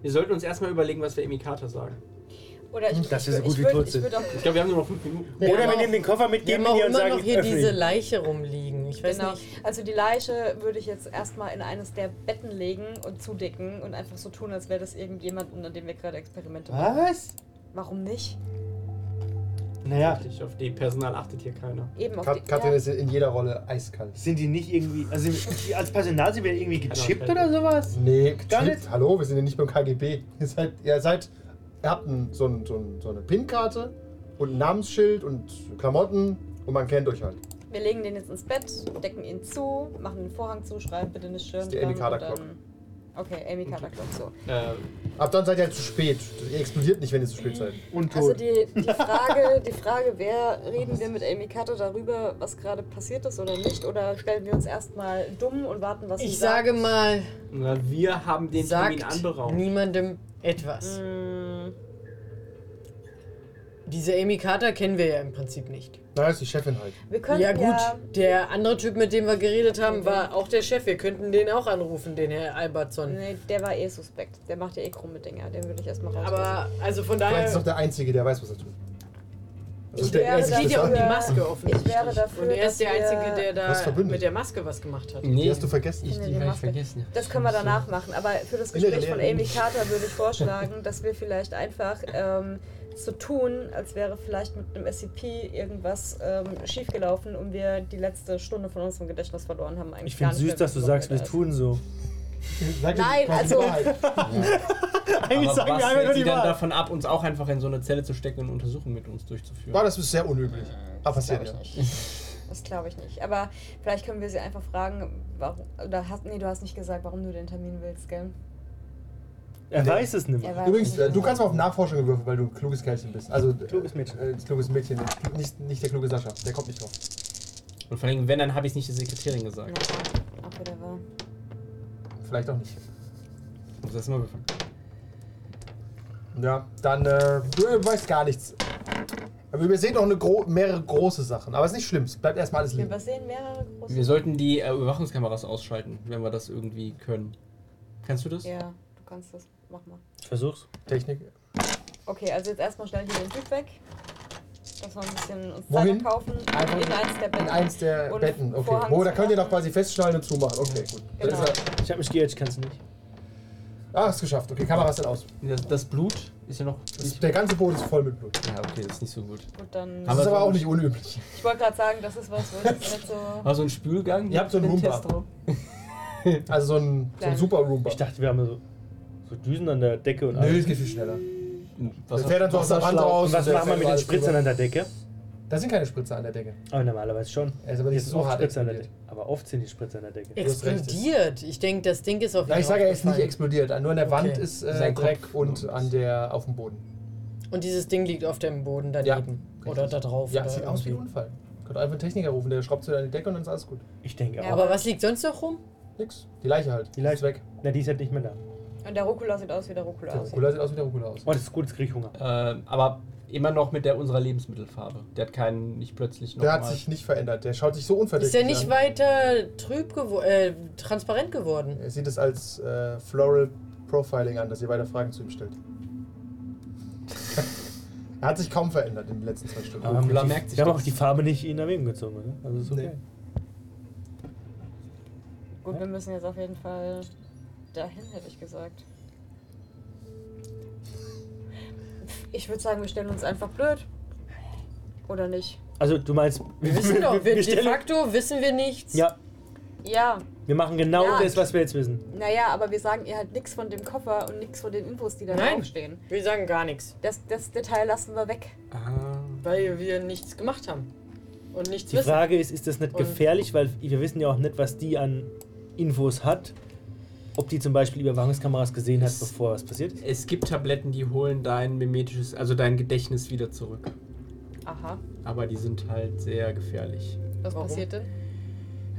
C: Wir sollten uns erstmal überlegen, was wir Emikata sagen.
D: Oder
B: Hm,
D: ich,
E: Dass
D: ich,
E: wir so
D: ich,
E: gut wie
D: würd-
E: tot
D: ich
E: sind.
D: würd auch
C: Ich glaube, wir haben nur noch fünf Minuten.
F: Wir
E: Oder
F: haben
E: wir
F: auch-
E: nehmen den Koffer mit,
F: Wir
E: geben
F: haben
E: ihn
F: auch
E: dir und
F: immer
E: sagen,
F: noch hier
E: öffne
F: diese
E: ihn.
F: Leiche rumliegen. Ich weiß
D: Genau.
F: nicht.
D: Also die Leiche würde ich jetzt erstmal in eines der Betten legen und zudecken und einfach so tun, als wäre das irgendjemand, unter dem wir gerade Experimente machen.
E: Was?
D: Warum nicht?
E: Naja,
C: Ich auf die Personal achtet hier keiner.
D: Eben auf
B: Kat
D: die ja,
B: Katrin ist in jeder Rolle eiskalt.
E: sind die nicht irgendwie. Also die- als Personal sind wir irgendwie
B: Also
E: gechippt
B: halt
C: Keine
E: oder sowas?
B: Nee,
E: Gar
B: gechippt.
E: nicht?
B: Hallo, wir sind ja nicht beim KGB. Ihr seid, ihr seid, ihr habt ein, so, ein, so, ein, so eine PIN-Karte und ein Namensschild und Klamotten und man kennt euch halt.
D: Wir legen den jetzt ins Bett, decken ihn zu, machen den Vorhang zu, schreiben bitte eine Stirn.
B: Ist die
D: dran
B: Amy Carter
D: und dann- Okay, Amy Carter Clock, so.
C: Ähm,
B: Ab dann seid ihr halt zu spät. Ihr explodiert nicht, wenn ihr zu spät seid.
E: Und
D: Also
E: tot.
D: die, die Frage, die Frage wäre, reden wir mit Amy Carter darüber, was gerade passiert ist oder nicht? Oder stellen wir uns erstmal dumm und warten, was sie
F: Ich
D: sagt?
F: sage mal,
C: na, wir haben den Termin
F: sagt
C: anberaumt.
F: niemandem etwas.
D: Hm,
F: Diese Amy Carter kennen wir ja im Prinzip nicht.
B: Naja, ist die Chefin halt.
D: wir können
F: ja
D: ja,
F: gut, der andere Typ, mit dem wir geredet haben, war auch der Chef. Wir könnten den auch anrufen, den Herr Albertson.
D: Nee, der war eh suspekt. Der macht ja eh krumme Dinger. Den würde ich erstmal raus.
F: Aber also von
B: Vielleicht ist
F: daher,
B: doch der Einzige, der weiß, was er tut. Also
D: Ich
B: der
D: wäre
F: es
B: Erste,
F: geht ja
B: das
F: um die
B: war-
F: Maske offensichtlich.
D: wäre dafür,
F: Und er ist der
D: dass wir-
F: Einzige, der
B: Was
F: da
B: verbündet?
F: mit der Maske was gemacht hat.
B: Die hast du vergessen.
D: Ich- die hab ich vergessen. Das können wir danach machen. Aber für das
B: Innere
D: Gespräch von
B: Lehre.
D: Amy Carter würde ich vorschlagen, dass wir vielleicht einfach ähm, so tun, als wäre vielleicht mit einem SCP irgendwas ähm, schiefgelaufen und wir die letzte Stunde von unserem Gedächtnis verloren haben. Eigentlich
E: Ich
D: gar
E: finde es
D: nicht mehr
E: süß, dass du
D: wissen,
E: sagst,
D: wer
E: wir
D: da ist.
E: tun so.
B: Sag dir
D: Nein,
B: quasi
D: also-
B: die Wahrheit.
E: Eigentlich
C: Aber
E: sagen
C: was
E: wir einfach nur
C: hält sie
E: die
C: dann
E: Wahrheit.
C: davon ab, uns auch einfach in so eine Zelle zu stecken und Untersuchungen mit uns durchzuführen?
B: Ah, Ja, das ist sehr unüblich. Aber passiert ja.
D: Das glaube ich nicht. Aber vielleicht können wir sie einfach fragen, warum. Oder hast, nee, du hast nicht gesagt, warum du den Termin willst, gell?
E: Er weiß es nicht
D: Er
E: mehr.
D: weiß
B: Übrigens,
D: nicht
B: äh, du
D: genau.
B: kannst mal auf Nachforschung würfeln, weil du ein kluges Kerlchen bist. Also,
E: Kluges Mädchen.
B: Äh, kluges Mädchen, nicht, nicht der kluge Sascha. Der kommt nicht drauf.
C: Und vor allem, wenn, dann habe ich nicht der Sekretärin
D: Na,
C: gesagt.
D: ja, auch wieder wahr.
B: Vielleicht auch nicht.
C: Ich muss das mal befangen.
B: Ja, dann äh, du weißt gar nichts. Aber wir sehen noch eine gro mehrere große Sachen. Aber es ist nicht schlimm. Es bleibt erstmal alles
D: Wir
B: liegen.
D: übersehen mehrere große.
C: Wir sollten die äh, Überwachungskameras ausschalten, wenn wir das irgendwie können. Kannst du das?
D: ja, du kannst das. Mach mal.
E: Ich versuch's.
B: Technik.
D: Okay, also jetzt erstmal schnell hier den Typ weg. Dass wir ein bisschen uns
B: Wohin?
D: Zeit kaufen.
B: Einfach
D: in eins der
B: In
D: Betten.
B: eins der
D: Und
B: Betten. Okay.
D: Vorhang
B: Oh, da könnt ihr
D: zumachen.
B: noch quasi festschnallen und zumachen. Okay, gut. Dann
D: Genau.
B: Ist er,
E: Ich hab mich geirrt, ich kann's nicht.
B: ah, ist geschafft. Okay, Kameras sind aus.
C: Das, das Blut ist ja noch.
B: Das, der ganze Boden ist voll mit Blut.
C: ja, okay, das ist nicht so gut.
D: Gut, dann.
B: Das
C: Aber
B: ist aber
C: so-
B: auch nicht unüblich.
D: Ich wollte gerade sagen, das ist was, wo ich jetzt nicht so.
C: Also ein Spülgang?
B: Ihr habt so einen
C: den
B: Roomba.
C: Test drauf?
B: Also so ein, so ein
D: Klein.
B: super Roomba.
E: Ich dachte, wir haben so, so Düsen an der Decke und
B: Nö,
E: alles.
B: es geht viel schneller.
C: Was
B: das wäre dann so aus der Wand
E: Wasserschlauch.
B: raus.
E: Und was
B: der
E: machen wir
B: fällt
E: mit den
B: alles
E: Spritzern an
B: drüber.
E: der Decke?
B: Da sind keine Spritzer an der Decke.
E: Aber normalerweise schon.
B: Er ist aber nicht
E: Jetzt
B: so
E: oft
B: hart
E: Spritzer an der
B: explodiert.
E: Decke. Aber oft sind die Spritzer an der Decke.
B: hast recht.
F: Explodiert. Ich denke, das Ding ist auf
B: Ja, ich
F: jeden
B: sage,
F: Fall
B: er ist nicht explodiert. Nur an der
F: Okay.
B: Wand ist äh,
C: Sein Kopf.
B: Dreck und an der, auf dem Boden.
F: Und dieses Ding liegt auf dem Boden daneben.
B: Ja.
F: Oder da drauf.
B: Ja,
F: oder
B: sieht aus wie ein
F: irgendwie.
B: Unfall. Könnt einfach einen Techniker rufen, der schraubt sie an die Decke und dann ist alles gut.
E: Ich denke auch.
D: Ja,
F: Aber was liegt sonst noch rum?
B: Nix. Die Leiche halt.
E: Die Leiche-
B: ist weg.
E: Na, die ist halt nicht mehr da.
D: Und der Rucola sieht aus wie der Rucola
B: Der
D: aussieht.
B: Rucola sieht aus wie der Rucola aus.
E: Oh, das ist gut, jetzt krieg ich Hunger.
C: Ähm, aber immer noch mit der unserer Lebensmittelfarbe. Der hat keinen, nicht plötzlich
B: Der hat
C: nochmal-
B: sich nicht verändert. Der schaut sich so
F: Ist
B: unverdächtig
F: ja nicht
B: an.
F: weiter trüb geworden, äh, transparent geworden.
B: Er sieht es als äh, Floral Profiling an, dass ihr weiter Fragen zu ihm stellt. er hat sich kaum verändert in den letzten zwei Stunden.
E: Ähm,
C: Aber Müller merkt sich
E: Wir haben
C: das.
E: auch die Farbe nicht in Erwägung gezogen, oder? Also ist okay.
D: Gut, wir müssen jetzt auf jeden Fall dahin, hätte ich gesagt. Ich würde sagen, wir stellen uns einfach blöd. Oder nicht?
E: Also du meinst,
F: Wir wissen doch, wir, de
E: stellen-
F: facto wissen wir nichts.
E: Ja,
D: Ja,
E: wir machen genau
D: Ja.
E: das, was wir jetzt wissen.
D: naja, aber wir sagen ihr halt nichts von dem Koffer und nichts von den Infos, die da
F: Nein.
D: draufstehen.
F: Wir sagen gar nichts,
D: Das, das Detail lassen wir weg.
C: Ah.
F: weil wir nichts gemacht haben. Und nichts
E: Die
F: wissen.
E: Frage ist, ist das nicht
F: Und-
E: gefährlich, weil wir wissen ja auch nicht, was die an Infos hat. Ob die zum Beispiel Überwachungskameras gesehen hat,
C: Das-
E: bevor was passiert ist.
C: Es gibt Tabletten, die holen dein mimetisches, also dein Gedächtnis wieder zurück.
D: Aha.
C: Aber die sind halt sehr gefährlich.
F: Was
D: Warum?
F: passiert denn?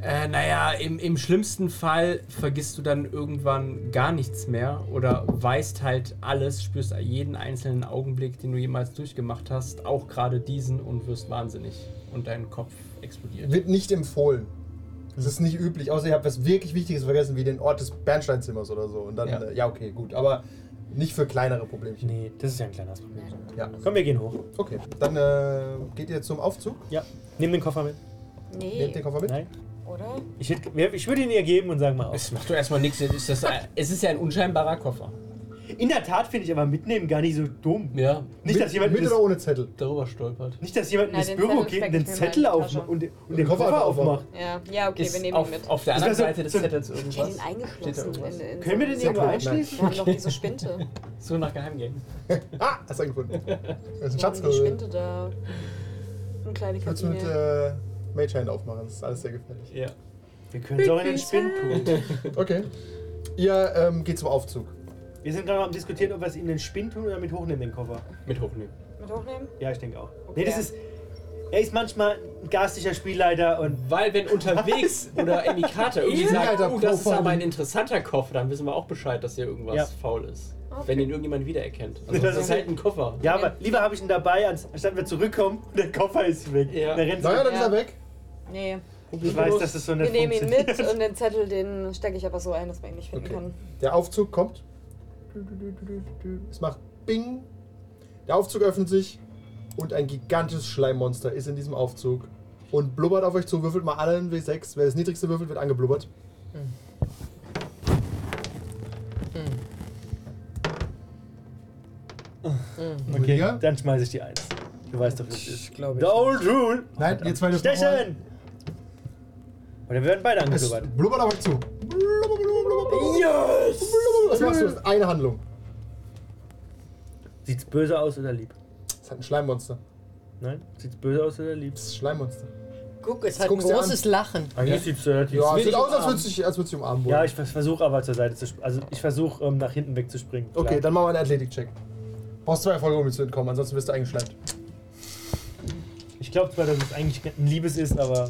C: Äh, naja, im, im schlimmsten Fall vergisst du dann irgendwann gar nichts mehr oder weißt halt alles, spürst jeden einzelnen Augenblick, den du jemals durchgemacht hast, auch gerade diesen und wirst wahnsinnig. Und dein Kopf explodiert.
B: Wird nicht empfohlen. Das ist nicht üblich, außer ihr habt was wirklich Wichtiges vergessen, wie den Ort des Bernsteinzimmers oder so. Und dann,
C: Ja.
B: ja, äh, ja okay, gut. Aber nicht für kleinere Problemchen.
E: Nee, das ist ja ein kleines Problem.
B: Ja,
E: Komm, wir gehen hoch.
B: okay. Dann äh, geht ihr zum Aufzug.
E: Ja. Nimm den Koffer mit.
B: Nehmt
D: Nee,
B: den Koffer mit.
E: Nein.
D: oder?
E: Ich, hätt, ich würde ihn ihr geben und sagen mal auf.
C: Es macht doch erstmal nichts, es ist, das, ein- es ist ja ein unscheinbarer Koffer.
E: In der Tat finde ich aber mitnehmen gar nicht so dumm.
C: Ja,
E: Nicht, dass jemand in
B: mit
E: das,
B: oder ohne Zettel?
C: darüber stolpert.
E: nicht, dass jemand
D: Nein,
E: in das
D: den Zettel
E: Büro geht und
D: steck
E: den
D: ich mir mal in
E: Zettel
D: die
E: aufmacht
D: Tasche.
E: und, den- und den
B: Koffer
E: Koffer
B: einfach
E: aufmacht.
D: Ja, ja okay, wir
C: ist
D: nehmen ihn
C: auf,
D: mit.
C: auf der
E: Das
C: anderen
E: wäre so-
C: Seite des
E: so-
C: Zettels
D: Ich hätte
C: irgendwas.
D: ihn
C: Steht da
D: eingeschlossen.
C: irgendwas?
D: In, in
E: Können wir den
D: so
E: irgendwo
B: cool, nein.
E: einschließen?
D: Wir haben doch diese Spinte.
C: So nach Geheimgängen.
B: Ah, hast du gefunden. Das ist ein
D: Wir haben die
B: Schatzkugel.
D: Spinte da. Eine kleine
B: Kannst du mit
D: Kabine.
B: äh, Mage Hand aufmachen, das ist alles sehr gefährlich.
C: Ja.
E: Wir können es auch in den Spind tun.
B: Okay. Ihr ähm, geht zum Aufzug.
E: Wir sind gerade am diskutieren, ob wir es in den Spind tun oder mit hochnehmen, den Koffer.
C: Mit hochnehmen.
D: Mit hochnehmen?
E: Ja, ich denke auch. Nee,
D: Okay.
E: das ist. Er ist manchmal ein garstiger Spielleiter und.
C: Weil wenn unterwegs oder Emikata irgendwie sagt,
B: Inhalter
C: oh, das ist
B: profilen.
C: aber ein interessanter Koffer, dann wissen wir auch Bescheid, dass hier irgendwas
E: Ja.
C: faul ist.
D: Okay.
C: Wenn ihn irgendjemand wiedererkennt. Also
E: Das
C: das ist
E: ist-
C: halt ein Koffer.
E: Ja, aber lieber habe ich ihn dabei, als- anstatt wir zurückkommen und der Koffer ist weg.
C: Ja.
E: Der rennt so-
B: Naja, dann
D: Ja.
B: ist er weg.
D: Nee.
E: Ich weiß, dass das so eine
D: Wir nehmen ihn mit und den Zettel, den stecke ich aber so ein, dass man ihn nicht finden
B: Okay.
D: kann.
B: Der Aufzug kommt. Es macht Bing. Der Aufzug öffnet sich und ein gigantisches Schleimmonster ist in diesem Aufzug und blubbert auf euch zu. Würfelt mal allen W6. Wer das niedrigste würfelt, wird angeblubbert.
E: Okay, dann schmeiße ich die eins. Du weißt doch, was es ist.
F: glaube
E: The old rule!
B: Nein, jetzt weil das
E: Stechen! Oder wir werden beide
B: Es
E: angesowert.
B: blubbert auf euch zu. Blubber, blubber, blubber, blubber.
E: Yes!
B: Was machst du? Das ist eine Handlung.
E: Sieht's böse aus oder lieb?
B: Es hat halt ein Schleimmonster.
E: Nein? Sieht's böse aus oder lieb?
B: Das ist ein Schleimmonster.
F: Guck, es
B: hat
F: hat
B: ein
F: ein
B: guckst dir großes
F: großes Lachen.
E: Eigentlich sieht es relativ
B: Ja, es
E: Will
B: sieht
E: ich-
B: aus, als würde sich, als würd sich umarmen
E: ja,
B: wollen.
E: ich versuche aber zur Seite zu springen. Also ich versuche ähm, nach hinten wegzuspringen. klar.
B: okay, dann machen wir einen Athletik-Check. Brauchst zwei Erfolge, um zu entkommen, ansonsten wirst du eingeschleimt.
E: Ich glaube zwar, dass es eigentlich ein Liebes ist, aber